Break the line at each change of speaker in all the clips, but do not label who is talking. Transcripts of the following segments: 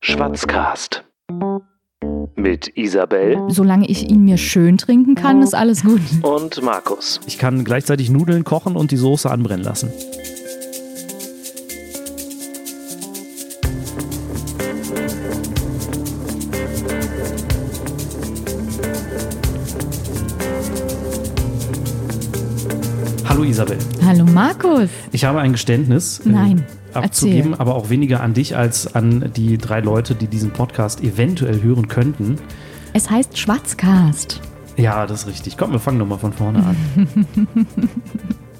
Schwatzcast. Mit Isabel
Solange ich ihn mir schön trinken kann, ist alles gut.
und Markus.
Ich kann gleichzeitig Nudeln kochen und die Soße anbrennen lassen. Hallo Isabel,
Hallo Markus.
ich habe ein Geständnis äh,
Nein,
abzugeben, aber auch weniger an dich als an die drei Leute, die diesen Podcast eventuell hören könnten.
Es heißt Schwatzcast.
Ja, das ist richtig. Komm, wir fangen nochmal von vorne an.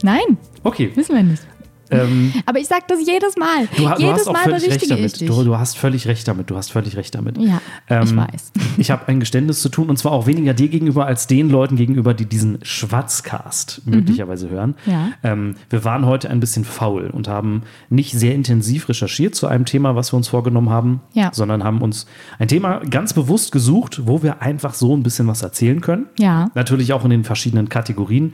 Nein,
Okay.
wissen wir nicht.
Ähm,
Aber ich sag das jedes Mal.
Du, ha- du
jedes
hast auch
Mal
völlig recht
berichtige ich
damit.
dich.
Du, du hast völlig recht damit. Du hast völlig recht damit.
Ja, ich
Ähm,
weiß.
Ich habe ein Geständnis zu tun und zwar auch weniger dir gegenüber als den Leuten gegenüber, die diesen Schwatzcast möglicherweise hören.
Mhm. Ja.
Ähm, wir waren heute ein bisschen faul und haben nicht sehr intensiv recherchiert zu einem Thema, was wir uns vorgenommen haben,
Ja.
sondern haben uns ein Thema ganz bewusst gesucht, wo wir einfach so ein bisschen was erzählen können.
Ja. Mhm.
Natürlich auch in den verschiedenen Kategorien,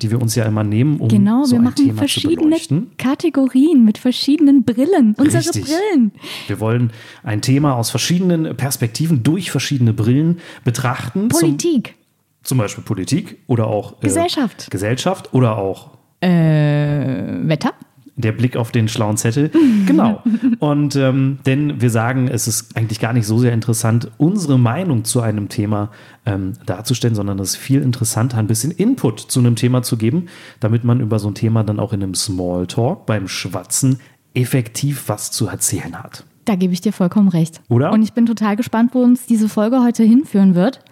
die wir uns ja immer nehmen, um
Genau,
so
wir
ein
machen
Thema zu
verschiedene
beleuchten.
Kategorien mit verschiedenen Brillen. Unsere
Richtig.
Brillen.
Wir wollen ein Thema aus verschiedenen Perspektiven durch verschiedene Brillen betrachten. Zum,
Politik.
zum Beispiel Politik oder auch äh,
Gesellschaft.
Gesellschaft oder auch
Äh, Wetter?
der Blick auf den schlauen Zettel.
Mhm.
Genau. Und ähm, denn wir sagen, es ist eigentlich gar nicht so sehr interessant, unsere Meinung zu einem Thema ähm, darzustellen, sondern es ist viel interessanter, ein bisschen Input zu einem Thema zu geben, damit man über so ein Thema dann auch in einem Smalltalk beim Schwatzen effektiv was zu erzählen hat.
Da gebe ich dir vollkommen recht.
Oder?
Und ich bin total gespannt, wo uns diese Folge heute hinführen wird.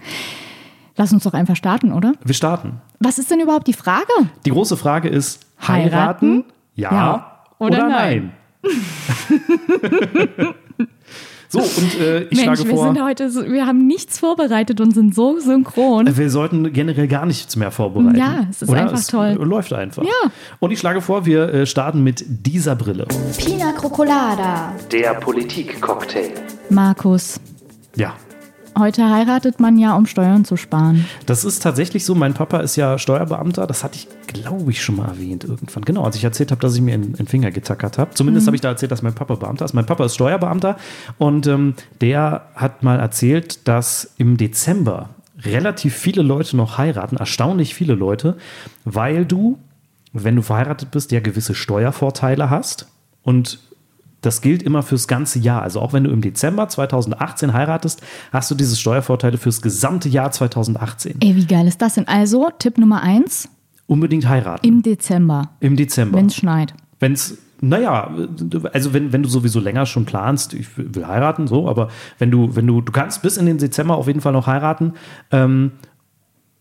Lass uns doch einfach starten, oder?
Wir starten.
Was ist denn überhaupt die Frage?
Die große Frage ist:
Heiraten?
heiraten? Ja,
Ja.
oder,
Oder
nein? so, und äh, ich
Mensch,
schlage
wir
vor,
sind heute, so, wir haben nichts vorbereitet und sind so synchron.
wir sollten generell gar nichts mehr vorbereiten.
Ja, es ist
oder?
einfach
es
toll.
Läuft einfach.
Ja.
Und ich schlage vor, wir äh, starten mit dieser Brille.
Pina Crocolada.
Der Politik-Cocktail.
Markus,
Ja.
heute heiratet man ja, um Steuern zu sparen.
Das ist tatsächlich so. Mein Papa ist ja Steuerbeamter. Das hatte ich, glaube ich, schon mal erwähnt irgendwann. Genau, als ich erzählt habe, dass ich mir in in den Finger getackert habe. Zumindest habe ich da erzählt, dass mein Papa Beamter ist. Mein Papa ist Steuerbeamter und ähm, der hat mal erzählt, dass im Dezember relativ viele Leute noch heiraten, erstaunlich viele Leute, weil du, wenn du verheiratet bist, ja gewisse Steuervorteile hast und das gilt immer fürs ganze Jahr. Also auch wenn du im Dezember 2018 heiratest, hast du diese Steuervorteile fürs gesamte Jahr 2018
Ey, wie geil ist das denn? Also, Tipp Nummer eins,
unbedingt heiraten. Im,
im Dezember,
Dezember.
wenn es schneit.
Wenn es, naja, also wenn, wenn du sowieso länger schon planst, ich will heiraten, so, aber wenn du, wenn du, du kannst bis in den Dezember auf jeden Fall noch heiraten, ähm,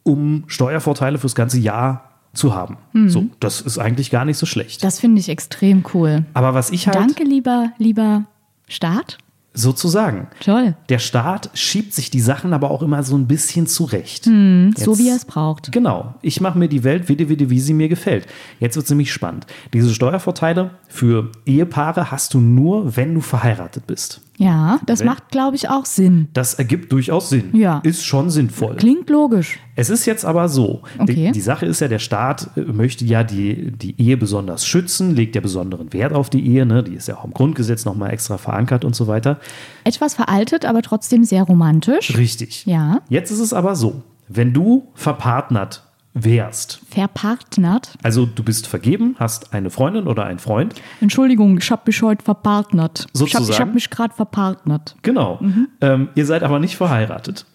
um Steuervorteile fürs ganze Jahr zu haben. So, das ist eigentlich gar nicht so schlecht.
Mhm. Das finde ich extrem cool.
aber was ich halt
Danke, lieber, lieber Staat.
sozusagen,
Toll.
der Staat schiebt sich die Sachen aber auch immer so ein bisschen zurecht.
Mhm. So wie er es braucht.
Genau. Ich mache mir die Welt wieder, wieder, wie sie mir gefällt. Jetzt wird es nämlich spannend. Diese Steuervorteile für Ehepaare hast du nur, wenn du verheiratet bist.
Ja, das
Wenn-
macht, glaube ich, auch Sinn.
Das ergibt durchaus Sinn.
Ja.
Ist schon sinnvoll.
Klingt logisch.
Es ist jetzt aber so,
Okay.
die, die Sache ist ja, der Staat äh, möchte ja die, die Ehe besonders schützen, legt ja besonderen Wert auf die Ehe, ne? die ist ja auch im Grundgesetz nochmal extra verankert und so weiter.
Etwas veraltet, aber trotzdem sehr romantisch.
Richtig.
Ja.
Jetzt ist es aber so, wenn du verpartnert wärst,
Verpartnert.
also du bist vergeben, hast eine Freundin oder einen Freund,
Entschuldigung, ich habe mich heute verpartnert. Ich habe
Sozusagen.
ich hab mich gerade verpartnert.
Genau.
Mhm.
Ähm, ihr seid aber nicht verheiratet.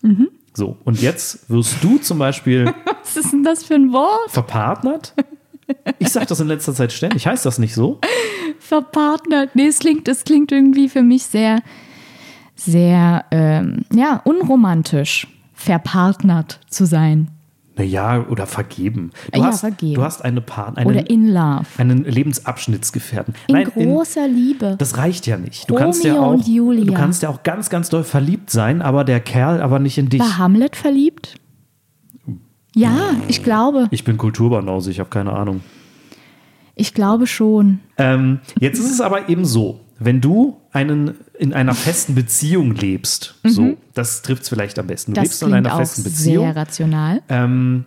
So, und jetzt wirst du zum Beispiel
Was ist denn das für ein Wort?
verpartnert. Ich sage das in letzter Zeit ständig. Heißt das nicht so?
verpartnert. Nee, es klingt, es klingt irgendwie für mich sehr, sehr, ähm, ja, unromantisch, verpartnert zu sein.
Naja, oder vergeben. Du
Ja,
hast,
vergeben.
Du hast eine Part, einen,
Oder in love.
einen Lebensabschnittsgefährten.
In
Nein,
großer Liebe.
das reicht ja nicht. Du
Romeo
kannst ja auch,
und Julia.
Du kannst ja auch ganz, ganz doll verliebt sein, aber der Kerl aber nicht in dich.
War Hamlet verliebt? Ja, ich glaube.
Ich bin Kulturbanause, ich habe keine Ahnung.
Ich glaube schon.
Ähm, jetzt ist es aber eben so, wenn du einen in einer festen Beziehung lebst, so, das trifft es vielleicht am besten. Du
Mhm. Das
lebst in
klingt
einer
auch
festen Beziehung Äh.
sehr rational.
ähm,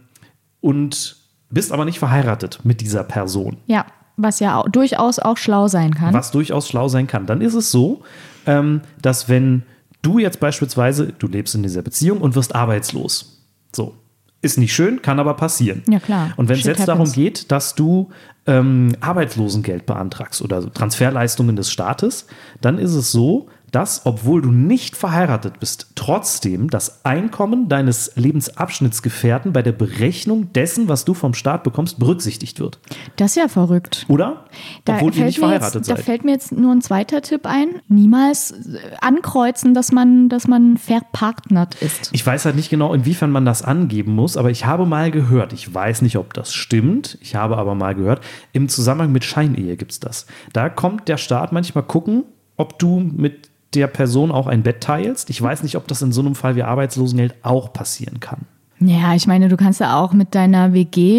und bist aber nicht verheiratet mit dieser Person.
Ja. was ja au- durchaus auch schlau sein kann.
was durchaus schlau sein kann. Dann ist es so, ähm, dass wenn du jetzt beispielsweise, du lebst in dieser Beziehung und wirst arbeitslos. So. Ist nicht schön, kann aber passieren.
Ja, klar.
Und wenn es
Shit
jetzt darum
happens.
geht, dass du ähm, Arbeitslosengeld beantragst oder Transferleistungen des Staates, dann ist es so, dass, obwohl du nicht verheiratet bist, trotzdem das Einkommen deines Lebensabschnittsgefährten bei der Berechnung dessen, was du vom Staat bekommst, berücksichtigt wird.
Das ist ja verrückt.
Oder? Obwohl ihr
fällt
nicht
mir
verheiratet
jetzt, Da
seid.
fällt mir jetzt nur ein zweiter Tipp ein. Niemals äh, ankreuzen, dass man, dass man verpartnert ist.
Ich weiß halt nicht genau, inwiefern man das angeben muss, aber ich habe mal gehört, ich weiß nicht, ob das stimmt, ich habe aber mal gehört, im Zusammenhang mit Scheinehe gibt es das. Da kommt der Staat manchmal gucken, ob du mit der Person auch ein Bett teilst. Ich weiß nicht, ob das in so einem Fall wie Arbeitslosengeld auch passieren kann.
Ja, ich meine, du kannst ja auch mit deiner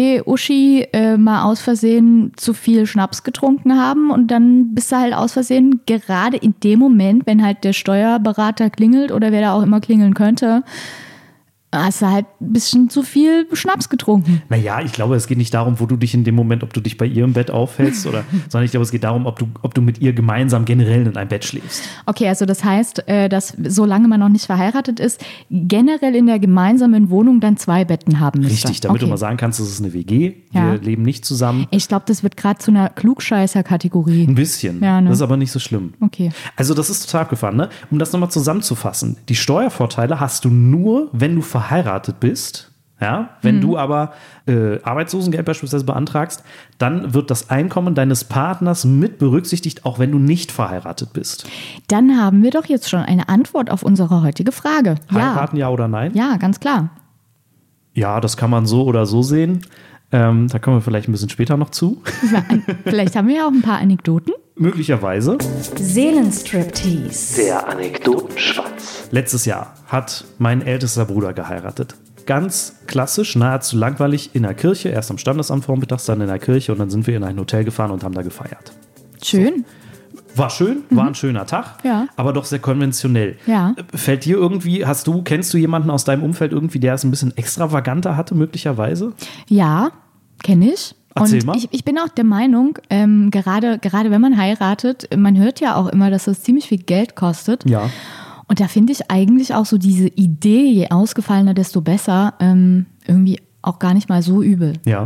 WG-Uschi äh, mal aus Versehen zu viel Schnaps getrunken haben und dann bist du halt aus Versehen gerade in dem Moment, wenn halt der Steuerberater klingelt oder wer da auch immer klingeln könnte, hast du halt ein bisschen zu viel Schnaps getrunken.
Naja, ich glaube, es geht nicht darum, wo du dich in dem Moment, ob du dich bei ihr im Bett aufhältst oder, sondern ich glaube, es geht darum, ob du, ob du mit ihr gemeinsam generell in einem Bett schläfst.
Okay, also das heißt, äh, dass solange man noch nicht verheiratet ist, generell in der gemeinsamen Wohnung dann zwei Betten haben müsste.
Richtig, damit
okay.
du mal sagen kannst, es ist eine WG,
Ja.
wir leben nicht zusammen.
Ich glaube, das wird gerade zu einer
Ein Hm.
Klugscheißer-Kategorie.
bisschen.
Ja, ne?
Das ist aber nicht so schlimm.
Okay.
Also das ist total abgefahren, ne? Um das nochmal zusammenzufassen. Die Steuervorteile hast du nur, wenn du verheiratet bist. Ja, wenn
Mhm.
du aber äh, Arbeitslosengeld beispielsweise beantragst, dann wird das Einkommen deines Partners mit berücksichtigt, auch wenn du nicht verheiratet bist.
Dann haben wir doch jetzt schon eine Antwort auf unsere heutige Frage.
Heiraten ja, oder nein?
Ja, ja, ganz klar.
Ja, das kann man so oder so sehen. Ähm, da kommen wir vielleicht ein bisschen später noch zu.
Vielleicht haben wir ja auch ein paar Anekdoten.
Möglicherweise.
Seelenstriptease.
Der Anekdotenschwanz.
Letztes Jahr hat mein ältester Bruder geheiratet. Ganz klassisch, nahezu langweilig in der Kirche. Erst am Standesamt vormittags, dann in der Kirche und dann sind wir in ein Hotel gefahren und haben da gefeiert.
Schön.
War schön, war ein schöner Tag,
Mhm. Ja.
aber doch sehr konventionell.
Ja.
Fällt dir irgendwie, hast du, kennst du jemanden aus deinem Umfeld irgendwie, der es ein bisschen extravaganter hatte, möglicherweise?
Ja, kenne ich.
Erzähl
und
mal.
Ich, ich bin auch der Meinung, ähm, gerade, gerade wenn man heiratet, man hört ja auch immer, dass das ziemlich viel Geld kostet.
Ja.
Und da finde ich eigentlich auch so diese Idee, je ausgefallener, desto besser, ähm, irgendwie auch gar nicht mal so übel.
Ja.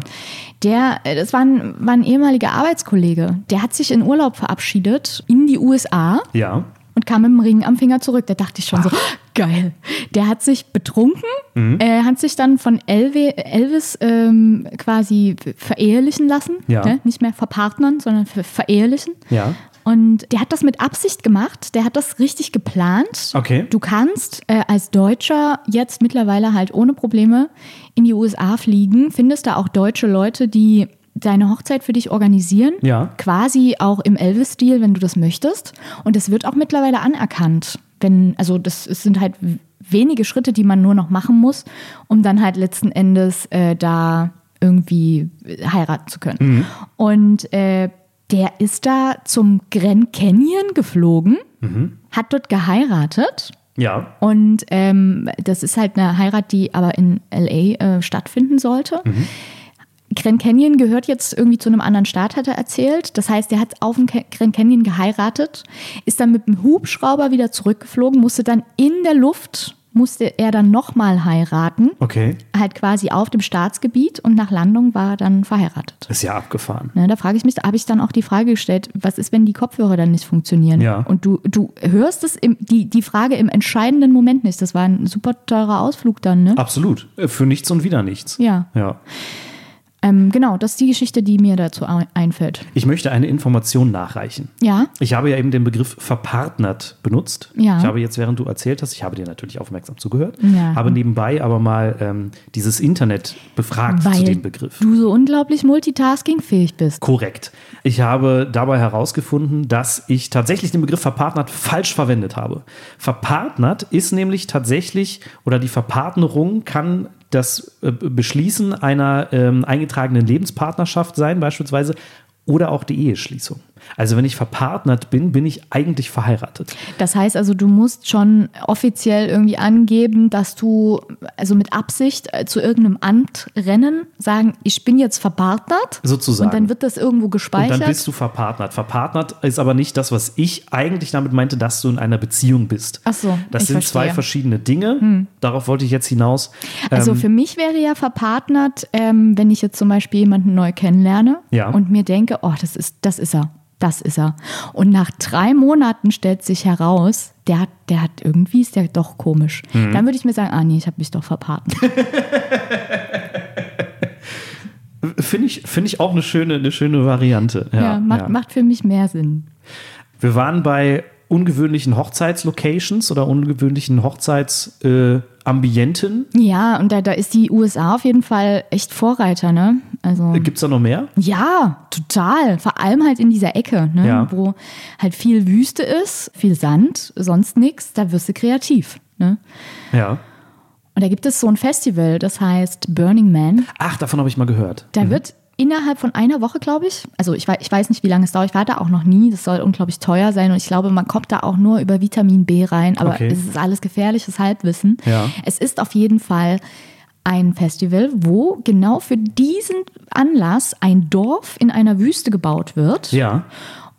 Der, äh, das war ein, war ein ehemaliger Arbeitskollege, der hat sich in Urlaub verabschiedet in die USA.
Ja.
und kam mit dem Ring am Finger zurück. Da dachte ich schon so, "Oh, geil. Der hat sich betrunken,
Mhm.
äh, hat sich dann von Elvi- Elvis ähm, quasi verehelichen lassen.
Ja.
Ne? Nicht mehr verpartnern, sondern ver verehelichen.
Ja.
Und der hat das mit Absicht gemacht, der hat das richtig geplant.
Okay.
Du kannst äh, als Deutscher jetzt mittlerweile halt ohne Probleme in die USA fliegen, findest da auch deutsche Leute, die deine Hochzeit für dich organisieren.
Ja.
Quasi auch im Elvis-Stil, wenn du das möchtest. Und das wird auch mittlerweile anerkannt. Wenn, also das es sind halt wenige Schritte, die man nur noch machen muss, um dann halt letzten Endes äh, da irgendwie äh, heiraten zu können. Und äh, der ist da zum Grand Canyon geflogen, hat dort geheiratet
Ja.
und ähm, das ist halt eine Heirat, die aber in LA äh, stattfinden sollte. Grand Canyon gehört jetzt irgendwie zu einem anderen Staat, hat er erzählt. Das heißt, er hat auf dem Ca- Grand Canyon geheiratet, ist dann mit dem Hubschrauber wieder zurückgeflogen, musste dann in der Luft, musste er dann nochmal heiraten,
Okay.
halt quasi auf dem Staatsgebiet und nach Landung war er dann verheiratet.
Ist ja abgefahren.
Ne, da frage ich mich, da habe ich dann auch die Frage gestellt, was ist, wenn die Kopfhörer dann nicht funktionieren?
Ja.
Und du, du hörst es im, die, die Frage im entscheidenden Moment nicht. Das war ein super teurer Ausflug dann, ne?
Absolut. Äh, Für nichts und wieder nichts.
Ja.
Ja.
Ähm, genau, das ist die Geschichte, die mir dazu ein- einfällt.
Ich möchte eine Information nachreichen.
Ja?
Ich habe ja eben den Begriff verpartnert benutzt.
Ja.
Ich habe jetzt, während du erzählt hast, ich habe dir natürlich aufmerksam zugehört,
Ja.
habe nebenbei aber mal ähm, dieses Internet befragt zu
Weil
dem Begriff.
du so unglaublich multitaskingfähig bist.
Korrekt. Ich habe dabei herausgefunden, dass ich tatsächlich den Begriff verpartnert falsch verwendet habe. Verpartnert ist nämlich tatsächlich, oder die Verpartnerung kann das äh, Beschließen einer ähm, eingetragenen Lebenspartnerschaft sein, beispielsweise, oder auch die Eheschließung. Also wenn ich verpartnert bin, bin ich eigentlich verheiratet.
Das heißt also, du musst schon offiziell irgendwie angeben, dass du also mit Absicht äh, zu irgendeinem Amt rennen, sagen, ich bin jetzt verpartnert.
Sozusagen.
Und dann wird das irgendwo gespeichert.
Und dann bist du verpartnert. Verpartnert ist aber nicht das, was ich eigentlich damit meinte, dass du in einer Beziehung bist.
Ach so,
Das
ich
sind
verstehe.
zwei
Hm.
verschiedene Dinge. Darauf wollte ich jetzt hinaus.
Also
Ähm,
für mich wäre ja verpartnert, ähm, wenn ich jetzt zum Beispiel jemanden neu kennenlerne
Ja.
und mir denke, oh, das ist, das ist er, das ist er. Und nach drei Monaten stellt sich heraus, der hat, der hat irgendwie ist der doch komisch.
Mhm.
Dann würde ich mir sagen, ah nee, ich habe mich doch verpartnert.
Finde ich, finde ich auch eine schöne, eine schöne Variante. Ja,
Ja, macht,
ja.
macht für mich mehr Sinn.
Wir waren bei ungewöhnlichen Hochzeitslocations oder ungewöhnlichen Äh, Hochzeitsambienten. Äh, Ambienten.
Ja, und da, da ist die USA auf jeden Fall echt Vorreiter, ne? Also
Gibt es da noch mehr?
ja, total. Vor allem halt in dieser Ecke, ne?
Ja.
wo halt viel Wüste ist, viel Sand, sonst nichts, da wirst du kreativ. Ne?
Ja.
Und da gibt es so ein Festival, das heißt Burning Man.
Ach, davon habe ich mal gehört.
Da wird innerhalb von einer Woche, glaube ich, also ich, wei- ich weiß nicht, wie lange es dauert, ich war da auch noch nie, das soll unglaublich teuer sein und ich glaube, man kommt da auch nur über Vitamin B rein, aber
Okay.
es ist alles gefährliches Halbwissen.
Ja.
Es ist auf jeden Fall ein Festival, wo genau für diesen Anlass ein Dorf in einer Wüste gebaut wird.
Ja.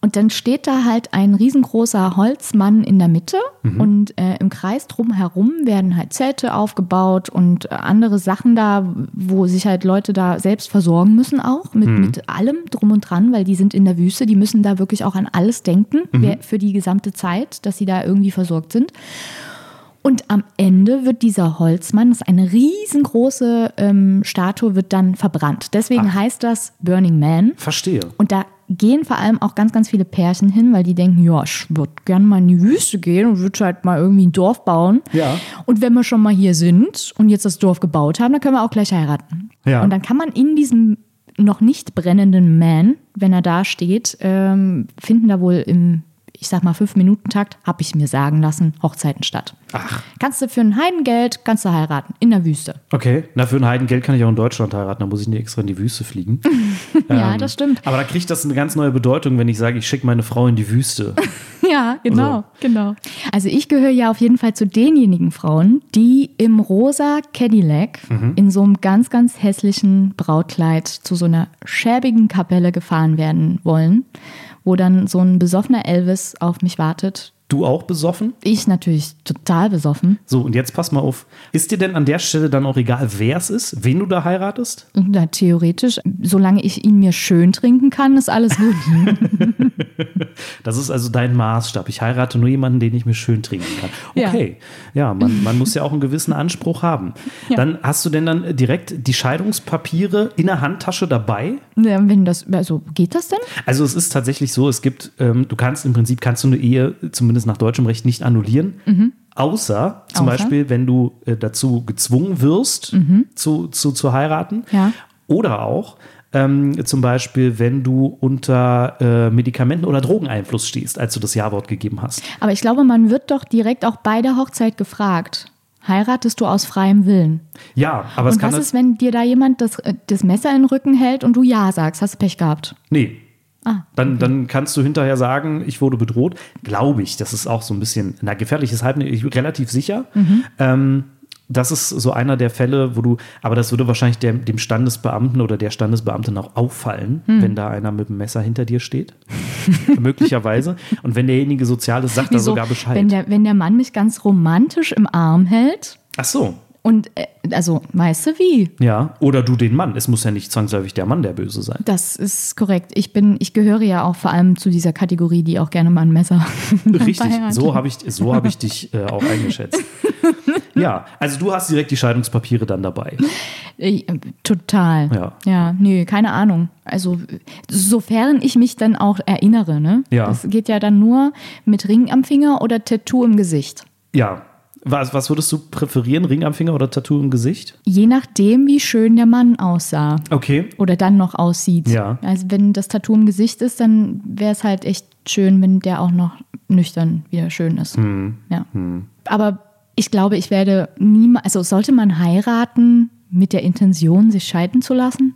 Und dann steht da halt ein riesengroßer Holzmann in der Mitte und äh, im Kreis drumherum werden halt Zelte aufgebaut und äh, andere Sachen da, wo sich halt Leute da selbst versorgen müssen auch mit, mit allem drum und dran, weil die sind in der Wüste, die müssen da wirklich auch an alles denken wer- für die gesamte Zeit, dass sie da irgendwie versorgt sind. Und am Ende wird dieser Holzmann, das ist eine riesengroße ähm, Statue, wird dann verbrannt. Deswegen heißt das Burning Man.
Verstehe.
Und da gehen vor allem auch ganz, ganz viele Pärchen hin, weil die denken, ja, ich würde gerne mal in die Wüste gehen und würde halt mal irgendwie ein Dorf bauen.
Ja.
Und wenn wir schon mal hier sind und jetzt das Dorf gebaut haben, dann können wir auch gleich heiraten.
Ja.
Und dann kann man in diesem noch nicht brennenden Man, wenn er da steht, ähm, finden da wohl im, ich sag mal, Fünf-Minuten-Takt, habe ich mir sagen lassen, Hochzeiten statt.
Ach.
Kannst du für ein Heidengeld, kannst du heiraten, in der Wüste.
Okay. Na, für ein Heidengeld kann ich auch in Deutschland heiraten, da muss ich nicht extra in die Wüste fliegen. Ähm,
ja, das stimmt.
Aber da kriegt das eine ganz neue Bedeutung, wenn ich sage, ich schicke meine Frau in die Wüste.
Ja, genau, genau. Also ich gehöre ja auf jeden Fall zu denjenigen Frauen, die im rosa Cadillac in so einem ganz, ganz hässlichen Brautkleid zu so einer schäbigen Kapelle gefahren werden wollen, wo dann so ein besoffener Elvis auf mich wartet.
Du auch besoffen?
Ich natürlich total besoffen.
So, und jetzt pass mal auf. Ist dir denn an der Stelle dann auch egal, wer es ist, wen du da heiratest?
Na, theoretisch, solange ich ihn mir schön trinken kann, ist alles gut.
Das ist also dein Maßstab. Ich heirate nur jemanden, den ich mir schön trinken kann.
Ja.
Okay. Ja, man, man muss ja auch einen gewissen Anspruch haben. Dann hast du denn dann direkt die Scheidungspapiere in der Handtasche dabei?
Ja, Wenn das, also geht das denn?
Also es ist tatsächlich so, es gibt, ähm, du kannst im Prinzip, kannst du eine Ehe zumindest nach deutschem Recht nicht annullieren, außer zum
Mhm. Außer? Mhm.
Beispiel, wenn du äh, dazu gezwungen wirst, zu, zu, zu heiraten.
Ja.
Oder auch ähm, zum Beispiel, wenn du unter äh, Medikamenten- oder Drogeneinfluss stehst, als du das Ja-Wort gegeben hast.
Aber ich glaube, man wird doch direkt auch bei der Hochzeit gefragt. Heiratest du aus freiem Willen?
Ja, aber es
Und
kann...
was ist, wenn dir da jemand das, äh, das Messer in den Rücken hält und du Ja sagst? Hast du Pech gehabt?
Nee.
Ah,
Dann, dann kannst du hinterher sagen, ich wurde bedroht. Glaube ich, das ist auch so ein bisschen, na, gefährliches Halb, ich bin relativ sicher.
Mhm.
Ähm, das ist so einer der Fälle, wo du, aber das würde wahrscheinlich dem, dem Standesbeamten oder der Standesbeamten auch auffallen,
Mhm.
wenn da einer mit dem Messer hinter dir steht. Möglicherweise. Und wenn derjenige Soziales sagt, da
Wieso?
sogar Bescheid.
Wenn der, wenn der Mann mich ganz romantisch im Arm hält
Ach so,
und, äh, also, weißt du wie?
ja. Oder du den Mann. Es muss ja nicht zwangsläufig der Mann der Böse sein.
Das ist korrekt. Ich bin, ich gehöre ja auch vor allem zu dieser Kategorie, die auch gerne mal ein Messer
Richtig,
dabei hat.
so habe ich, so hab ich dich äh, auch eingeschätzt. ja, also du hast direkt die Scheidungspapiere dann dabei.
Äh, Total.
Ja.
Ja, nee, keine Ahnung. Also, sofern ich mich dann auch erinnere, ne?
Ja.
Das geht ja dann nur mit Ring am Finger oder Tattoo im Gesicht.
Ja. Was, was würdest du präferieren, Ring am Finger oder Tattoo im Gesicht?
Je nachdem, wie schön der Mann aussah.
Okay.
Oder dann noch aussieht.
Ja.
Also, wenn das Tattoo im Gesicht ist, dann wäre es halt echt schön, wenn der auch noch nüchtern wieder schön ist. Ja. Aber ich glaube, ich werde niemals, also sollte man heiraten mit der Intention, sich scheiden zu lassen?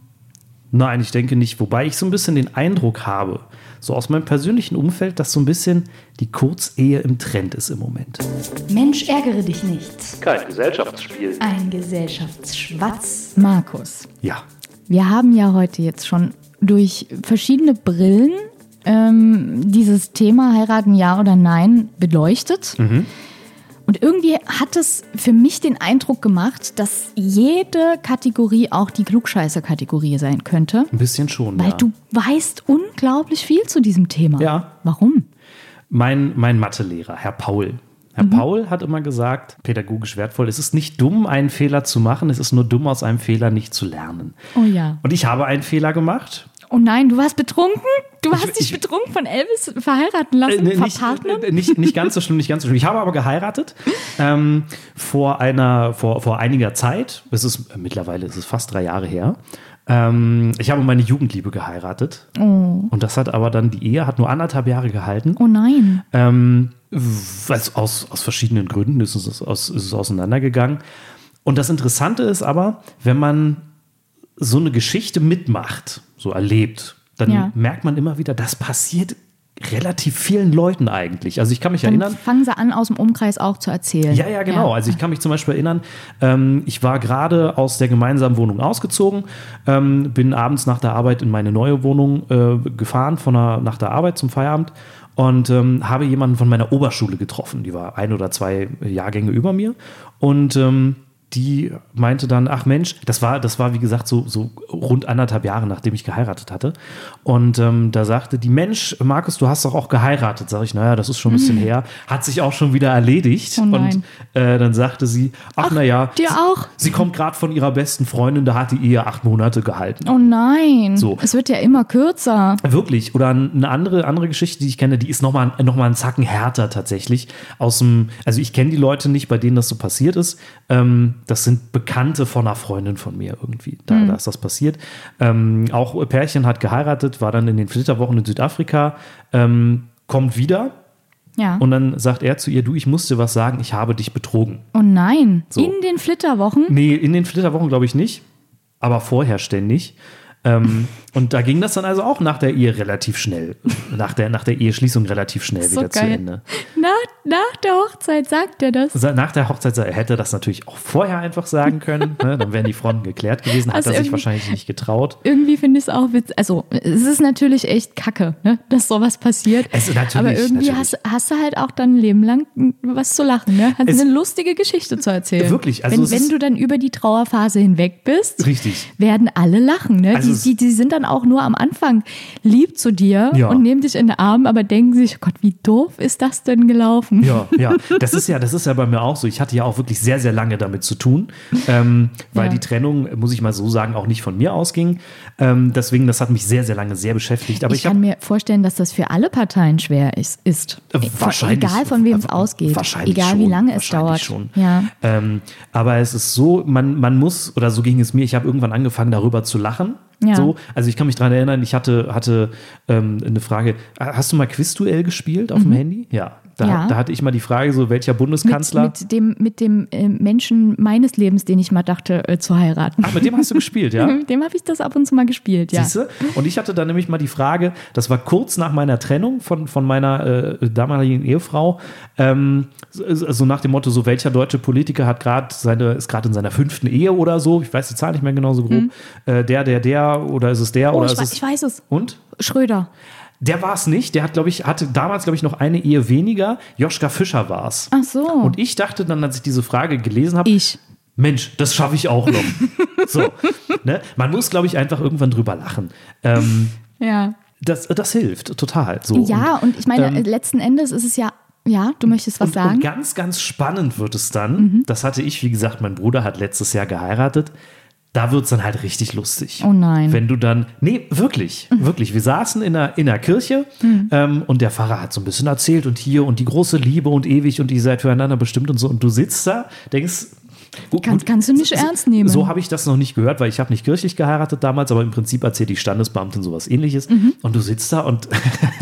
Nein, ich denke nicht. Wobei ich so ein bisschen den Eindruck habe, so aus meinem persönlichen Umfeld, dass so ein bisschen die Kurzehe im Trend ist im Moment.
Mensch, ärgere dich nicht.
Kein Gesellschaftsspiel.
Ein Gesellschaftsschwatz.
Markus,
Ja.
wir haben ja heute jetzt schon durch verschiedene Brillen ähm, dieses Thema heiraten ja oder nein beleuchtet.
Mhm.
Und irgendwie hat es für mich den Eindruck gemacht, dass jede Kategorie auch die Klugscheißer-Kategorie sein könnte.
Ein bisschen schon.
Weil
ja.
du weißt unglaublich viel zu diesem Thema.
Ja.
Warum?
Mein, mein Mathelehrer, Herr Paul. Herr
Mhm.
Paul hat immer gesagt, pädagogisch wertvoll, es ist nicht dumm, einen Fehler zu machen, es ist nur dumm, aus einem Fehler nicht zu lernen.
Oh ja.
Und ich habe einen Fehler gemacht.
Oh nein, du warst betrunken? Du hast dich
ich-
betrunken von Elvis verheiraten
Äh,
lassen,
nee, nicht,
verpartnert?
äh, nicht, nicht ganz so schlimm, nicht ganz so schlimm. Ich habe aber geheiratet ähm, vor einer, vor, vor einiger Zeit. Es ist äh, mittlerweile ist es fast drei Jahre her. Ähm, ich habe meine Jugendliebe geheiratet. Und das hat aber dann, die Ehe hat nur anderthalb Jahre gehalten.
Oh nein.
Ähm, was aus, aus verschiedenen Gründen ist es, aus, ist es auseinandergegangen. Und das Interessante ist aber, wenn man so eine Geschichte mitmacht, so erlebt, dann
Ja.
merkt man immer wieder, das passiert relativ vielen Leuten eigentlich. Also ich kann mich
Dann
erinnern,
fangen sie an, aus dem Umkreis auch zu erzählen.
ja, ja, genau. Also ich kann mich zum Beispiel erinnern, ähm, ich war gerade aus der gemeinsamen Wohnung ausgezogen, ähm, bin abends nach der Arbeit in meine neue Wohnung äh, gefahren, von der, nach der Arbeit zum Feierabend und ähm, habe jemanden von meiner Oberschule getroffen. Die war ein oder zwei Jahrgänge über mir und ähm, die meinte dann, ach Mensch, das war, das war wie gesagt so, so rund anderthalb Jahre, nachdem ich geheiratet hatte. Und ähm, da sagte die, Mensch, Markus, du hast doch auch geheiratet. Sag ich, naja, das ist schon ein bisschen her. Hat sich auch schon wieder erledigt.
Mhm. Oh nein.
Und äh, dann sagte sie, ach, naja,
dir auch?
sie kommt gerade von ihrer besten Freundin, da hat die Ehe acht Monate gehalten.
Oh nein.
So.
Es wird ja immer kürzer.
Wirklich. Oder eine andere, andere Geschichte, die ich kenne, die ist nochmal noch mal einen Zacken härter tatsächlich. Aus dem, also ich kenne die Leute nicht, bei denen das so passiert ist. Ähm, das sind Bekannte von einer Freundin von mir irgendwie. Da, da ist das passiert. Ähm, auch Pärchen hat geheiratet, war dann in den Flitterwochen in Südafrika, ähm, kommt wieder
Ja.
und dann sagt er zu ihr, du, ich muss dir was sagen, ich habe dich betrogen.
oh nein.
So.
In den Flitterwochen?
Nee, in den Flitterwochen glaube ich nicht, aber vorher ständig. Ähm, und da ging das dann also auch nach der Ehe relativ schnell, nach der, nach der Eheschließung relativ schnell
So
wieder zu
geil.
Ende.
Na, nach der Hochzeit sagt er das.
Sa- Nach der Hochzeit sa- hätte er das natürlich auch vorher einfach sagen können, ne? dann wären die Fronten geklärt gewesen, hat
Also
er sich
irgendwie-
wahrscheinlich nicht getraut.
Irgendwie finde ich es auch witzig. Also, es ist natürlich echt kacke, ne? dass sowas passiert.
Es ist natürlich-
Aber irgendwie
natürlich.
hast, hast du halt auch dann ein Leben lang was zu lachen. Ne? Hast
Es-
eine lustige Geschichte zu erzählen.
Wirklich, also es
wenn, wenn
ist-
du dann über die Trauerphase hinweg bist,
Richtig.
werden alle lachen. Ne?
Also es-
die, die, die sind dann auch nur am Anfang lieb zu dir
Ja.
und nehmen dich in den Arm, aber denken sich, oh Gott, wie doof ist das denn gelaufen?
Ja, ja. Das ist ja, das ist ja bei mir auch so. Ich hatte ja auch wirklich sehr, sehr lange damit zu tun, ähm, weil
Ja.
die Trennung, muss ich mal so sagen, auch nicht von mir ausging. Ähm, deswegen, das hat mich sehr, sehr lange sehr beschäftigt. Aber
ich
ich, hab-
kann mir vorstellen, dass das für alle Parteien schwer ist. ist.
Äh, Wahrscheinlich.
Egal von wem es
Äh,
ausgeht.
Wahrscheinlich
Egal
schon,
wie lange es
wahrscheinlich
dauert.
Schon.
Ja.
Ähm, aber es ist so, man, man muss, oder so ging es mir, ich habe irgendwann angefangen, darüber zu lachen.
Ja.
So, also ich kann mich daran erinnern, ich hatte, hatte ähm, eine Frage, Ah, hast du mal Quizduell gespielt auf dem Handy? Ja. Da,
Mhm. Ja.
da hatte ich mal die Frage, so welcher Bundeskanzler.
Mit, mit dem, mit dem äh, Menschen meines Lebens, den ich mal dachte, äh, zu heiraten.
Ach, Ah, mit dem hast du gespielt, ja?
Mit dem habe ich das ab und zu mal gespielt, ja.
Siehste? Und ich hatte dann nämlich mal die Frage, das war kurz nach meiner Trennung von, von meiner äh, damaligen Ehefrau, ähm, so, so nach dem Motto, so welcher deutsche Politiker hat gerade seine, ist gerade in seiner fünften Ehe oder so, ich weiß die Zahl nicht mehr genau so grob, äh, der, der, der oder ist es der
Mhm. Oh, ich,
oder ist
wei-
es.
ich weiß es.
und?
Schröder.
Der war es nicht. Der hat, glaube ich, hatte damals, glaube ich, noch eine Ehe weniger. Joschka Fischer war es.
Ach so.
Und ich dachte dann, als ich diese Frage gelesen habe,
Ich.
Mensch, das schaffe ich auch noch. so, ne? Man muss, glaube ich, einfach irgendwann drüber lachen. Ähm,
Ja.
das, das hilft total. So.
Ja, und ich meine,
ähm,
äh, letzten Endes ist es ja, ja, du möchtest was
und,
sagen. Mhm.
und ganz, ganz spannend wird es dann. Das hatte ich, wie gesagt, mein Bruder hat letztes Jahr geheiratet. Da wird es dann halt richtig lustig.
Oh nein. Mhm.
Wenn du dann, nee, wirklich, wirklich. Wir saßen in einer, in einer Kirche ähm, und der Pfarrer hat so ein bisschen erzählt und hier und die große Liebe und ewig und ihr seid füreinander bestimmt und so. Und du sitzt da, denkst, gut,
Kannst- kannst du nicht
so,
ernst nehmen.
So habe ich das noch nicht gehört, weil ich habe nicht kirchlich geheiratet damals, aber im Prinzip erzählt die Standesbeamtin sowas ähnliches. Und du sitzt da und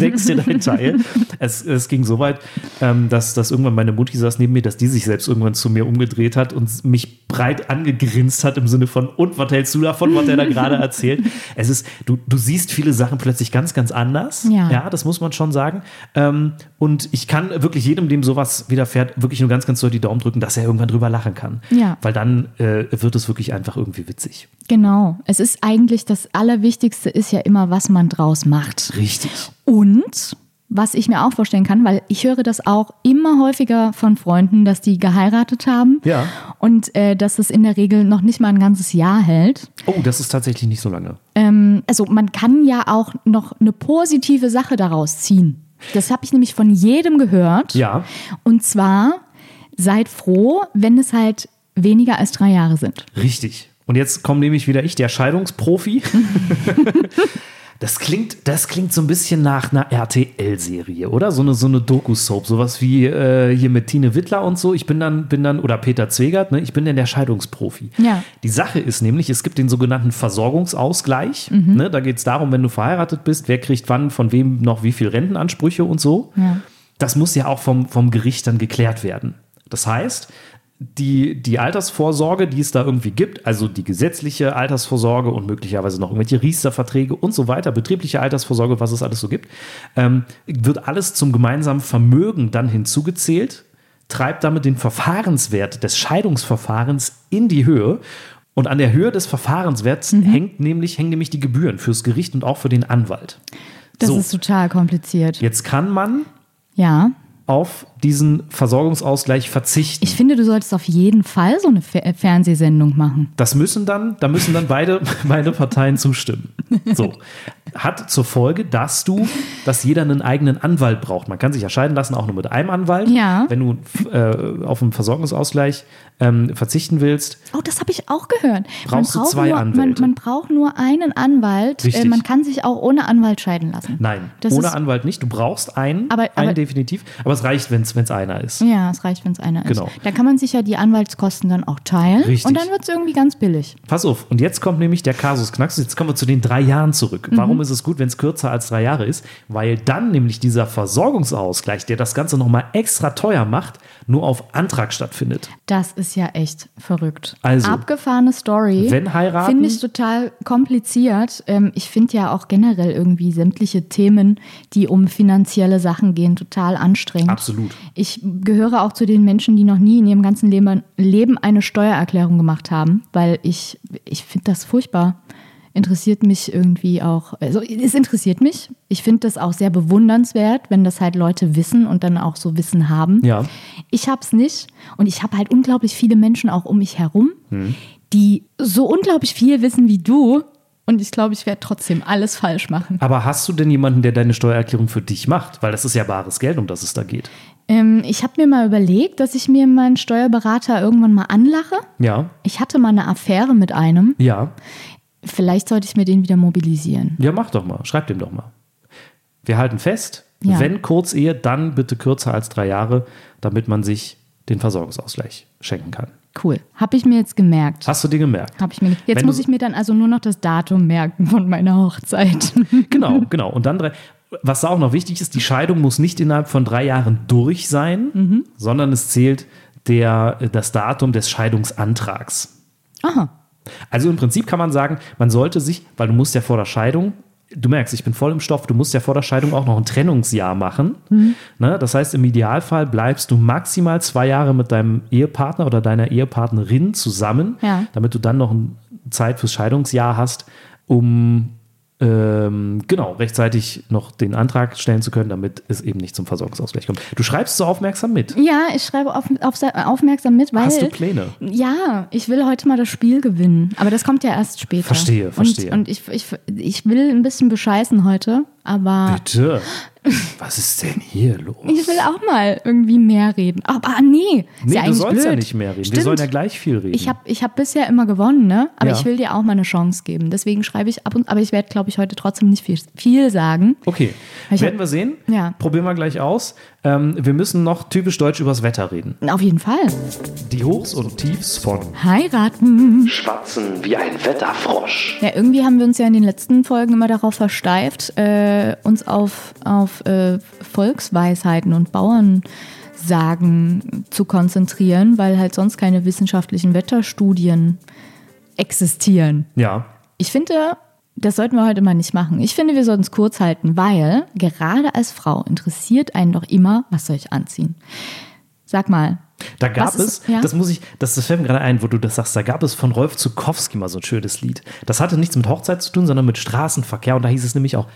denkst dir dein Teil. Es, es ging so weit, ähm, dass, dass irgendwann meine Mutti saß neben mir, dass die sich selbst irgendwann zu mir umgedreht hat und mich breit angegrinst hat im Sinne von, und was hältst du davon, was er da gerade erzählt? Es ist, du, du siehst viele Sachen plötzlich ganz, ganz anders.
Ja.
ja, das muss man schon sagen. Ähm, und ich kann wirklich jedem, dem sowas widerfährt, wirklich nur ganz, ganz doll die Daumen drücken, dass er irgendwann drüber lachen kann.
Ja.
Weil dann äh, wird es wirklich einfach irgendwie witzig.
Genau. Es ist eigentlich das Allerwichtigste ist ja immer, was man draus macht.
Richtig.
Und was ich mir auch vorstellen kann, weil ich höre das auch immer häufiger von Freunden, dass die geheiratet haben
Ja.
und äh, dass es in der Regel noch nicht mal ein ganzes Jahr hält.
Oh, das ist tatsächlich nicht so lange.
Ähm, also man kann ja auch noch eine positive Sache daraus ziehen. Das habe ich nämlich von jedem gehört.
Ja.
Und zwar seid froh, wenn es halt weniger als drei Jahre sind.
Richtig. Und jetzt komme nämlich wieder ich, der Scheidungsprofi. Das klingt, das klingt so ein bisschen nach einer RTL-Serie, oder? So eine, so eine Doku-Soap, sowas wie äh, hier mit Tine Wittler und so. Ich bin dann, bin dann, oder Peter Zwegert, ne? ich bin dann der Scheidungsprofi.
Ja.
Die Sache ist nämlich, es gibt den sogenannten Versorgungsausgleich. Ne? Da geht es darum, wenn du verheiratet bist, wer kriegt wann, von wem noch wie viel Rentenansprüche und so.
Ja.
Das muss ja auch vom, vom Gericht dann geklärt werden. Das heißt, die, die Altersvorsorge, die es da irgendwie gibt, also die gesetzliche Altersvorsorge und möglicherweise noch irgendwelche Riester-Verträge und so weiter, betriebliche Altersvorsorge, was es alles so gibt, ähm, wird alles zum gemeinsamen Vermögen dann hinzugezählt, treibt damit den Verfahrenswert des Scheidungsverfahrens in die Höhe. Und an der Höhe des Verfahrenswerts
Mhm.
hängt nämlich, hängen nämlich die Gebühren fürs Gericht und auch für den Anwalt.
Das
so,
ist total kompliziert.
jetzt kann man
Ja.
auf diesen Versorgungsausgleich verzichten.
Ich finde, du solltest auf jeden Fall so eine Fe Fernsehsendung machen.
Das müssen dann, da müssen dann beide, beide Parteien zustimmen. So. Hat zur Folge, dass du, dass jeder einen eigenen Anwalt braucht. Man kann sich ja scheiden lassen, auch nur mit einem Anwalt.
Ja.
Wenn du äh, auf einen Versorgungsausgleich ähm, verzichten willst,
Oh, das habe ich auch gehört.
Brauchst du
man braucht
zwei
nur,
Anwälte?
Man, man braucht nur einen Anwalt.
Richtig.
Äh, man kann sich auch ohne Anwalt scheiden lassen.
nein,
Das
ohne
ist,
Anwalt nicht. Du brauchst einen,
Aber-
einen
aber-
definitiv. Aber es reicht, wenn es einer ist.
Ja, es reicht, wenn es einer
Genau.
ist. Dann kann man sich ja die Anwaltskosten dann auch teilen.
Richtig.
Und dann wird es irgendwie ganz billig.
Pass auf, und jetzt kommt nämlich der Kasus Knaxus. Jetzt kommen wir zu den drei Jahren zurück.
Mhm.
Warum ist es gut, wenn es kürzer als drei Jahre ist? Weil dann nämlich dieser Versorgungsausgleich, der das Ganze nochmal extra teuer macht, nur auf Antrag stattfindet.
Das ist ja echt verrückt.
Also,
Abgefahrene Story.
wenn heiraten-
Finde ich total kompliziert. Ähm, ich finde ja auch generell irgendwie sämtliche Themen, die um finanzielle Sachen gehen, total anstrengend.
Absolut.
Ich gehöre auch zu den Menschen, die noch nie in ihrem ganzen Leben, Leben eine Steuererklärung gemacht haben, weil ich, ich finde das furchtbar. Interessiert mich irgendwie auch, also es interessiert mich. Ich finde das auch sehr bewundernswert, wenn das halt Leute wissen und dann auch so Wissen haben.
Ja.
Ich habe es nicht und ich habe halt unglaublich viele Menschen auch um mich herum, die so unglaublich viel wissen wie du und ich glaube, ich werde trotzdem alles falsch machen.
Aber hast du denn jemanden, der deine Steuererklärung für dich macht? Weil das ist ja bares Geld, um das es da geht.
Ähm, ich habe mir mal überlegt, dass ich mir meinen Steuerberater irgendwann mal anlache.
Ja,
Ich hatte mal eine Affäre mit einem.
ja.
Vielleicht sollte ich mir den wieder mobilisieren.
Ja, mach doch mal. Schreib dem doch mal. Wir halten fest,
Ja.
wenn Kurzehe, dann bitte kürzer als drei Jahre, damit man sich den Versorgungsausgleich schenken kann.
Cool. Habe ich mir jetzt gemerkt.
Hast du dir gemerkt?
Hab ich mir, jetzt
Wenn du-
muss ich mir dann also nur noch das Datum merken von meiner Hochzeit.
Genau, genau. Und dann drei. Was da auch noch wichtig ist, die Scheidung muss nicht innerhalb von drei Jahren durch sein,
Mhm.
sondern es zählt der, das Datum des Scheidungsantrags.
Aha.
Also im Prinzip kann man sagen, man sollte sich, weil du musst ja vor der Scheidung, du merkst, ich bin voll im Stoff, du musst ja vor der Scheidung auch noch ein Trennungsjahr machen.
Mhm.
Ne? Das heißt, im Idealfall bleibst du maximal zwei Jahre mit deinem Ehepartner oder deiner Ehepartnerin zusammen,
Ja.
damit du dann noch ein- Zeit fürs Scheidungsjahr hast, um ähm, genau rechtzeitig noch den Antrag stellen zu können, damit es eben nicht zum Versorgungsausgleich kommt. Du schreibst so aufmerksam mit.
Ja, ich schreibe auf, auf, aufmerksam mit, weil.
Hast du Pläne?
Ja, ich will heute mal das Spiel gewinnen. Aber das kommt ja erst später.
Verstehe, verstehe.
Und, und ich, ich, ich will ein bisschen bescheißen heute, aber
Bitte. Was ist denn hier los?
ich will auch mal irgendwie mehr reden. Aber ah, nee, ist
Nee,
ja
du
eigentlich
sollst
blöd.
ja nicht mehr reden. Wir
Stimmt.
sollen ja gleich viel reden.
ich habe ich hab bisher immer gewonnen, ne? Aber
Ja.
ich will dir auch mal eine Chance geben. Deswegen schreibe ich ab und aber ich werde, glaube ich, heute trotzdem nicht viel, viel sagen.
okay,
Ich hab-
werden wir sehen.
Ja.
Probieren wir gleich aus. Ähm, wir müssen noch typisch deutsch übers Wetter reden.
Auf jeden Fall.
Die Hochs und Tiefs von.
Heiraten.
Schwatzen wie ein Wetterfrosch.
Ja, irgendwie haben wir uns ja in den letzten Folgen immer darauf versteift, äh, uns auf, auf äh, Volksweisheiten und Bauernsagen Wettervorhersagen zu konzentrieren, weil halt sonst keine wissenschaftlichen Wetterstudien existieren.
Ja.
Ich finde, das sollten wir heute mal nicht machen. Ich finde, wir sollten es kurz halten, weil gerade als Frau interessiert einen doch immer, was soll ich anziehen. Sag mal.
Da gab
Was ist-
es,
ja?
das muss ich, das, das fällt mir gerade ein, wo du das sagst, da gab es von Rolf Zukowski mal so ein schönes Lied. Das hatte nichts mit Hochzeit zu tun, sondern mit Straßenverkehr. Und da hieß es nämlich auch,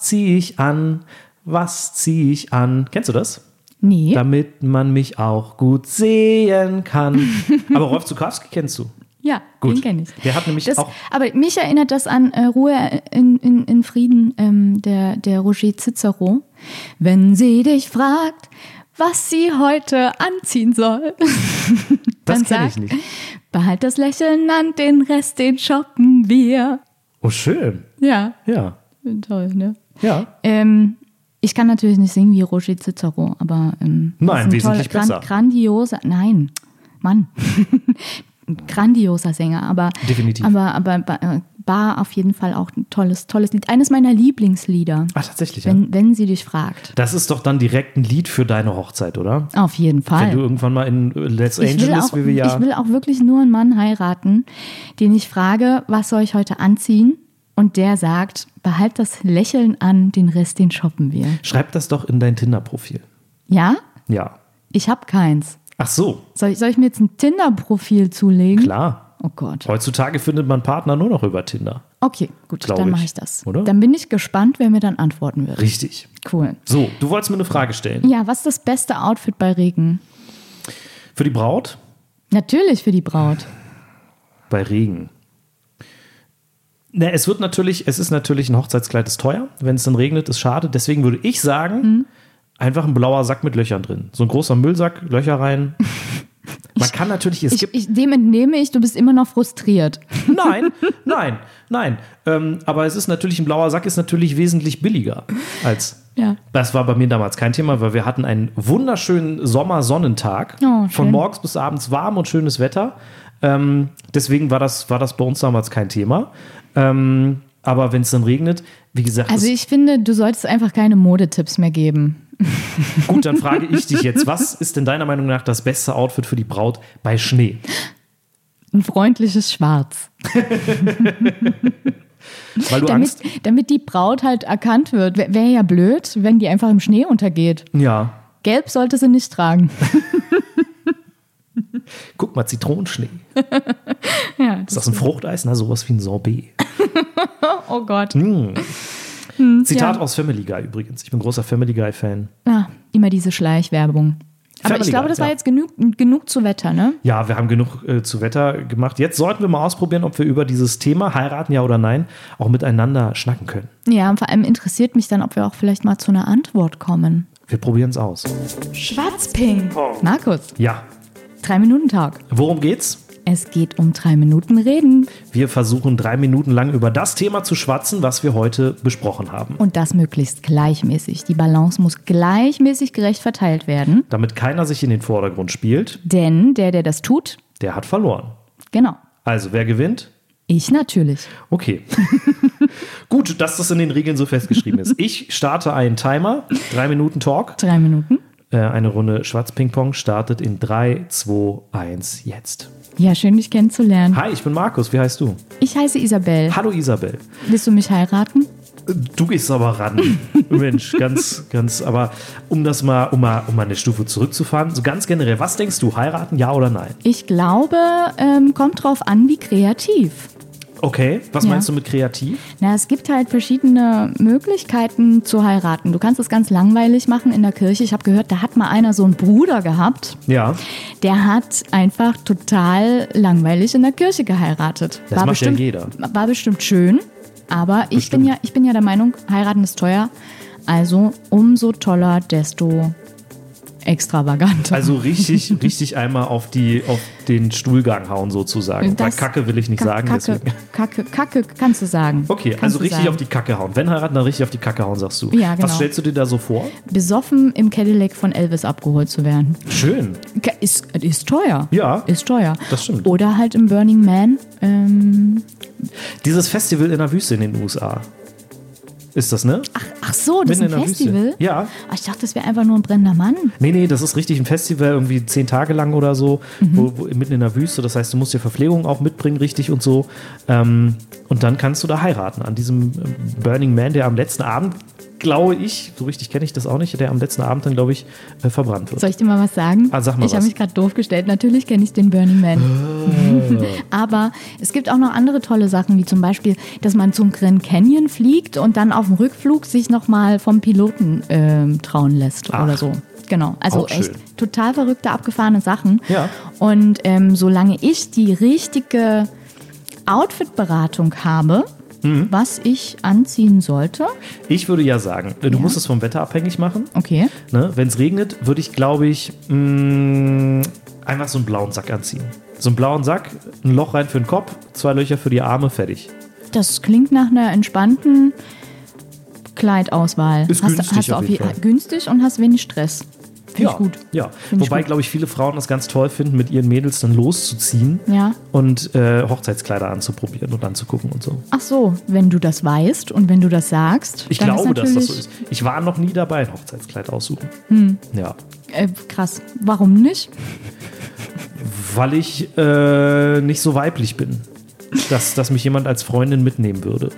ziehe ich an? Was ziehe ich an? Kennst du das?
Nee.
Damit man mich auch gut sehen kann. Aber Rolf Zukowski kennst du.
ja,
Gut.
den kenne ich.
Der hat nämlich
das,
auch-
Aber mich erinnert das an äh, Ruhe in, in, in Frieden, ähm, der, der Roger Cicero. Wenn sie dich fragt, was sie heute anziehen soll,
Das
Dann
kenne ich
sag-
nicht.
behalt das Lächeln an, den Rest, den shoppen wir.
Oh, schön.
Ja,
Ja.
toll, ne?
Ja.
Ähm, ich kann natürlich nicht singen wie Roger Cicero, aber. Ähm,
Nein,
das ist ein
wesentlich
toller,
besser.
Grandioser, nein, Mann. ein grandioser Sänger, aber.
Definitiv.
Aber, aber ba- äh, Bar auf jeden Fall auch ein tolles, tolles Lied. Eines meiner Lieblingslieder,
Ah, tatsächlich. Ja.
wenn, wenn sie dich fragt.
Das ist doch dann direkt ein Lied für deine Hochzeit, oder?
Auf jeden
Wenn du
Fall.
irgendwann mal in äh,
Ich
Los
will,
Angeles,
auch,
wie wir ja.
ich will auch wirklich nur einen Mann heiraten, den ich frage, was soll ich heute anziehen? Und der sagt, behalt das Lächeln an, den Rest, den shoppen wir.
Schreib das doch in dein Tinder-Profil.
Ja?
Ja.
Ich hab keins.
Ach so,
Soll ich, soll ich mir jetzt ein Tinder-Profil zulegen?
klar.
Oh Gott.
Heutzutage findet man Partner nur noch über Tinder.
Okay, gut,
Glaub
dann
ich,
mache ich das.
oder?
Dann bin ich gespannt, wer mir dann antworten wird.
Richtig.
Cool.
So, du wolltest mir eine Frage stellen.
Ja, was ist das beste Outfit bei Regen?
Für die Braut?
Natürlich für die Braut.
Bei Regen. Na, es wird natürlich, es ist natürlich ein Hochzeitskleid, ist teuer. Wenn es dann regnet, ist schade. Deswegen würde ich sagen,
Mhm.
einfach ein blauer Sack mit Löchern drin. So ein großer Müllsack, Löcher rein. Man kann natürlich, es
Ich,
gibt.
ich, dem entnehme ich, du bist immer noch frustriert.
Nein, nein, nein. Ähm, aber es ist natürlich, ein blauer Sack ist natürlich wesentlich billiger als.
Ja.
Das war bei mir damals kein Thema, weil wir hatten einen wunderschönen Sommersonnentag.
Oh, schön.
Von morgens bis abends warm und schönes Wetter. Ähm, deswegen war das, war das bei uns damals kein Thema. Ähm, aber wenn es dann regnet, wie gesagt,
Also
ist
ich finde, du solltest einfach keine Modetipps mehr geben.
gut, dann frage ich dich jetzt, was ist denn deiner Meinung nach das beste Outfit für die Braut bei Schnee?
Ein freundliches Schwarz.
Weil du
Damit,
Angst.
damit die Braut halt erkannt wird. Wäre ja blöd, wenn die einfach im Schnee untergeht.
Ja.
Gelb sollte sie nicht tragen.
Guck mal, Zitronenschnee. ist das ein Fruchteis? Na, sowas wie ein Sorbet.
Oh Gott.
Zitat
Hm, Ja.
aus Family Guy übrigens. Ich bin großer Family Guy-Fan.
Ah, immer diese Schleichwerbung. Aber
Family
ich glaube,
Guy,
das war
ja.
jetzt genug, genug zu Wetter, ne?
Ja, wir haben genug äh, zu Wetter gemacht. Jetzt sollten wir mal ausprobieren, ob wir über dieses Thema heiraten, ja oder nein, auch miteinander schnacken können.
Ja, und vor allem interessiert mich dann, ob wir auch vielleicht mal zu einer Antwort kommen.
Wir probieren es aus.
Schwarzping.
Markus,
Ja,
drei Minuten Tag.
worum geht's?
Es geht um drei Minuten Reden
Wir versuchen drei Minuten lang über das Thema zu schwatzen, was wir heute besprochen haben.
und das möglichst gleichmäßig. Die Balance muss gleichmäßig gerecht verteilt werden,
Damit keiner sich in den Vordergrund spielt,
denn der, der das tut,
der hat verloren.
genau,
Also, wer gewinnt?
ich natürlich.
Okay. Gut, dass das in den Regeln so festgeschrieben ist. Ich starte einen Timer. Drei Minuten Talk.
Drei Minuten.
Äh, eine Runde Schwarz-Ping-Pong startet in 3, 2, 1 jetzt.
Ja, schön, dich kennenzulernen.
Hi, ich bin Markus. Wie heißt du?
Ich heiße Isabel.
Hallo Isabel.
Willst du mich heiraten?
Äh, Du gehst aber ran. Mensch, ganz, ganz. Aber um das mal, um mal, um mal eine Stufe zurückzufahren, so ganz generell, was denkst du? Heiraten, ja oder nein?
Ich glaube, ähm, kommt drauf an, wie kreativ.
Okay, was
Ja.
meinst du mit kreativ?
Na, es gibt halt verschiedene Möglichkeiten zu heiraten. Du kannst es ganz langweilig machen in der Kirche. Ich habe gehört, da hat mal einer so einen Bruder gehabt.
Ja.
Der hat einfach total langweilig in der Kirche geheiratet.
Das macht ja jeder.
War bestimmt schön, aber ich bin,
Bestimmt.
ja, ich bin ja der Meinung, heiraten ist teuer. Also umso toller, desto extravaganter.
Also richtig, richtig einmal auf, die, auf den Stuhlgang hauen sozusagen. Bei
Das-
Kacke will ich nicht
Ka-
sagen.
Kacke,
Deswegen.
Kacke, Kacke, kannst du sagen.
Okay,
kannst
also
du
richtig
sagen.
auf die Kacke hauen. Wenn heiraten, dann richtig auf die Kacke hauen, sagst du.
Ja, genau.
Was stellst du dir da so vor?
Besoffen im Cadillac von Elvis abgeholt zu werden.
Schön.
Ke- Ist, ist teuer.
Ja.
Ist teuer.
Das stimmt.
Oder halt im Burning Man. Ähm,
Dieses Festival in der Wüste in den USA. ist das, ne?
Ach, ach so, das ist
Mitten
ein
in der Wüste.
Festival?
Ja.
Ah, ich dachte, das wäre einfach nur ein brennender Mann.
Nee, nee, das ist richtig ein Festival, irgendwie zehn Tage lang oder so, wo, wo, mitten in der Wüste. Das heißt, du musst dir Verpflegung auch mitbringen, richtig und so. Ähm, und dann kannst du da heiraten. An diesem ähm, Burning Man, der am letzten Abend, glaube ich, so richtig kenne ich das auch nicht, der am letzten Abend dann, glaube ich, äh, verbrannt wird.
Soll ich dir mal was sagen?
Ah, sag mal
ich habe
was.
mich gerade doof gestellt. Natürlich kenne ich den Burning Man.
Ah.
Aber es gibt auch noch andere tolle Sachen, wie zum Beispiel, dass man zum Grand Canyon fliegt und dann auf dem Rückflug sich nochmal vom Piloten ähm, trauen lässt
Ach.
oder so. Genau, also
Auch schön.
echt total verrückte, abgefahrene Sachen.
Ja.
Und ähm, solange ich die richtige Outfit-Beratung habe,
Mhm.
was ich anziehen sollte,
Ich würde ja sagen, äh, du musst es vom Wetter abhängig machen.
okay,
Ne? Wenn es regnet, würde ich, glaube ich, mh, einfach so einen blauen Sack anziehen. So einen blauen Sack, ein Loch rein für den Kopf, zwei Löcher für die Arme, fertig.
Das klingt nach einer entspannten Kleidauswahl.
Ist
hast,
günstig
hast du
auf jeden
je-
Fall.
günstig und hast wenig Stress. Finde ich gut.
Ja,
ich
wobei,
gut.
glaube ich, viele Frauen das ganz toll finden, mit ihren Mädels dann loszuziehen
Ja.
und äh, Hochzeitskleider anzuprobieren und anzugucken und so.
Ach so, wenn du das weißt und wenn du das sagst,
Ich
dann
glaube, dass
ist
das so
natürlich
ist. Ich war noch nie dabei, ein Hochzeitskleid aussuchen. Ja,
Äh, krass. Warum nicht?
weil ich äh, nicht so weiblich bin, dass, dass mich jemand als Freundin mitnehmen würde.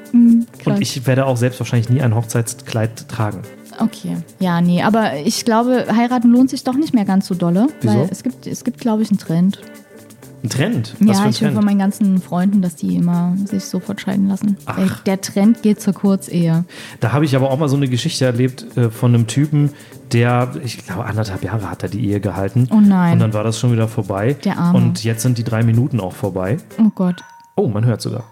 Klar.
Und ich werde auch selbst wahrscheinlich nie ein Hochzeitskleid tragen.
okay, ja, nee, aber ich glaube, heiraten lohnt sich doch nicht mehr ganz so dolle,
Wieso?
weil es gibt, es gibt, glaube ich, einen Trend.
Ein Trend? Was
ja,
für ein
ich höre
Trend?
von meinen ganzen Freunden, dass die immer sich sofort scheiden lassen. Der, der Trend geht zur Kurzehe.
Da habe ich aber auch mal so eine Geschichte erlebt äh, von einem Typen, der, ich glaube, anderthalb Jahre hat er die Ehe gehalten.
Oh nein.
Und dann war das schon wieder vorbei.
Der Arme.
Und jetzt sind die drei Minuten auch vorbei.
Oh Gott.
Oh, man hört sogar.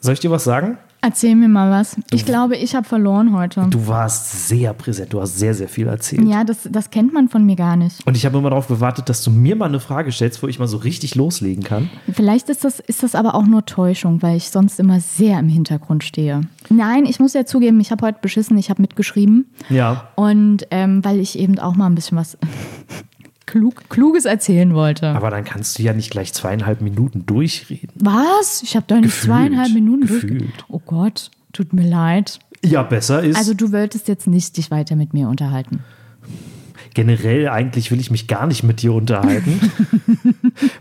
Soll ich dir was sagen?
Erzähl mir mal was. Ich glaube, ich habe verloren heute.
Du warst sehr präsent, du hast sehr, sehr viel erzählt.
Ja, das, das kennt man von mir gar nicht.
Und ich habe immer darauf gewartet, dass du mir mal eine Frage stellst, wo ich mal so richtig loslegen kann.
Vielleicht ist das, ist das aber auch nur Täuschung, weil ich sonst immer sehr im Hintergrund stehe. Nein, ich muss ja zugeben, ich habe heute beschissen, ich habe mitgeschrieben.
Ja.
Und ähm, weil ich eben auch mal ein bisschen was Klug, Kluges erzählen wollte.
Aber dann kannst du ja nicht gleich zweieinhalb Minuten durchreden.
Was? Ich habe doch nicht
Gefühlt.
zweieinhalb Minuten durch.
Gefühlt.
Oh Gott, tut mir leid.
Ja, besser ist.
Also du wolltest jetzt nicht dich weiter mit mir unterhalten.
generell eigentlich will ich mich gar nicht mit dir unterhalten.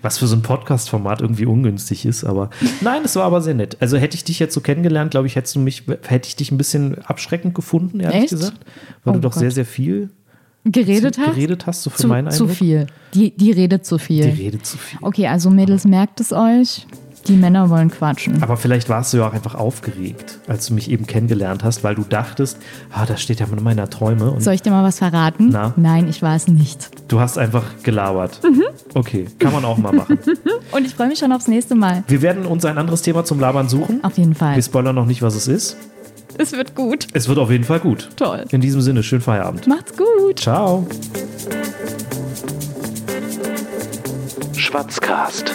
was für so ein Podcast-Format irgendwie ungünstig ist, aber nein, es war aber sehr nett. Also hätte ich dich jetzt so kennengelernt, glaube ich, hättest du mich, hätte ich dich ein bisschen abschreckend gefunden, ehrlich
Echt?
gesagt. Weil
Oh
du doch
Gott.
sehr, sehr viel
Geredet hast?
geredet hast, so für
zu,
meinen
zu
Eindruck.
viel. Die, die redet zu viel.
Die redet zu viel.
Okay, also Mädels, merkt es euch. Die Männer wollen quatschen.
Aber vielleicht warst du ja auch einfach aufgeregt, als du mich eben kennengelernt hast, weil du dachtest, ah, da steht ja einer meiner Träume und
Soll ich dir mal was verraten?
Na?
Nein, ich war es nicht.
du hast einfach gelabert.
Mhm.
Okay, kann man auch mal machen.
Und ich freue mich schon aufs nächste Mal.
Wir werden uns ein anderes Thema zum Labern suchen.
Auf jeden Fall.
Wir spoilern noch nicht, was es ist.
Es wird gut.
Es wird auf jeden Fall gut.
Toll.
In diesem Sinne, schönen Feierabend.
Macht's gut.
Ciao.
Schwatzcast,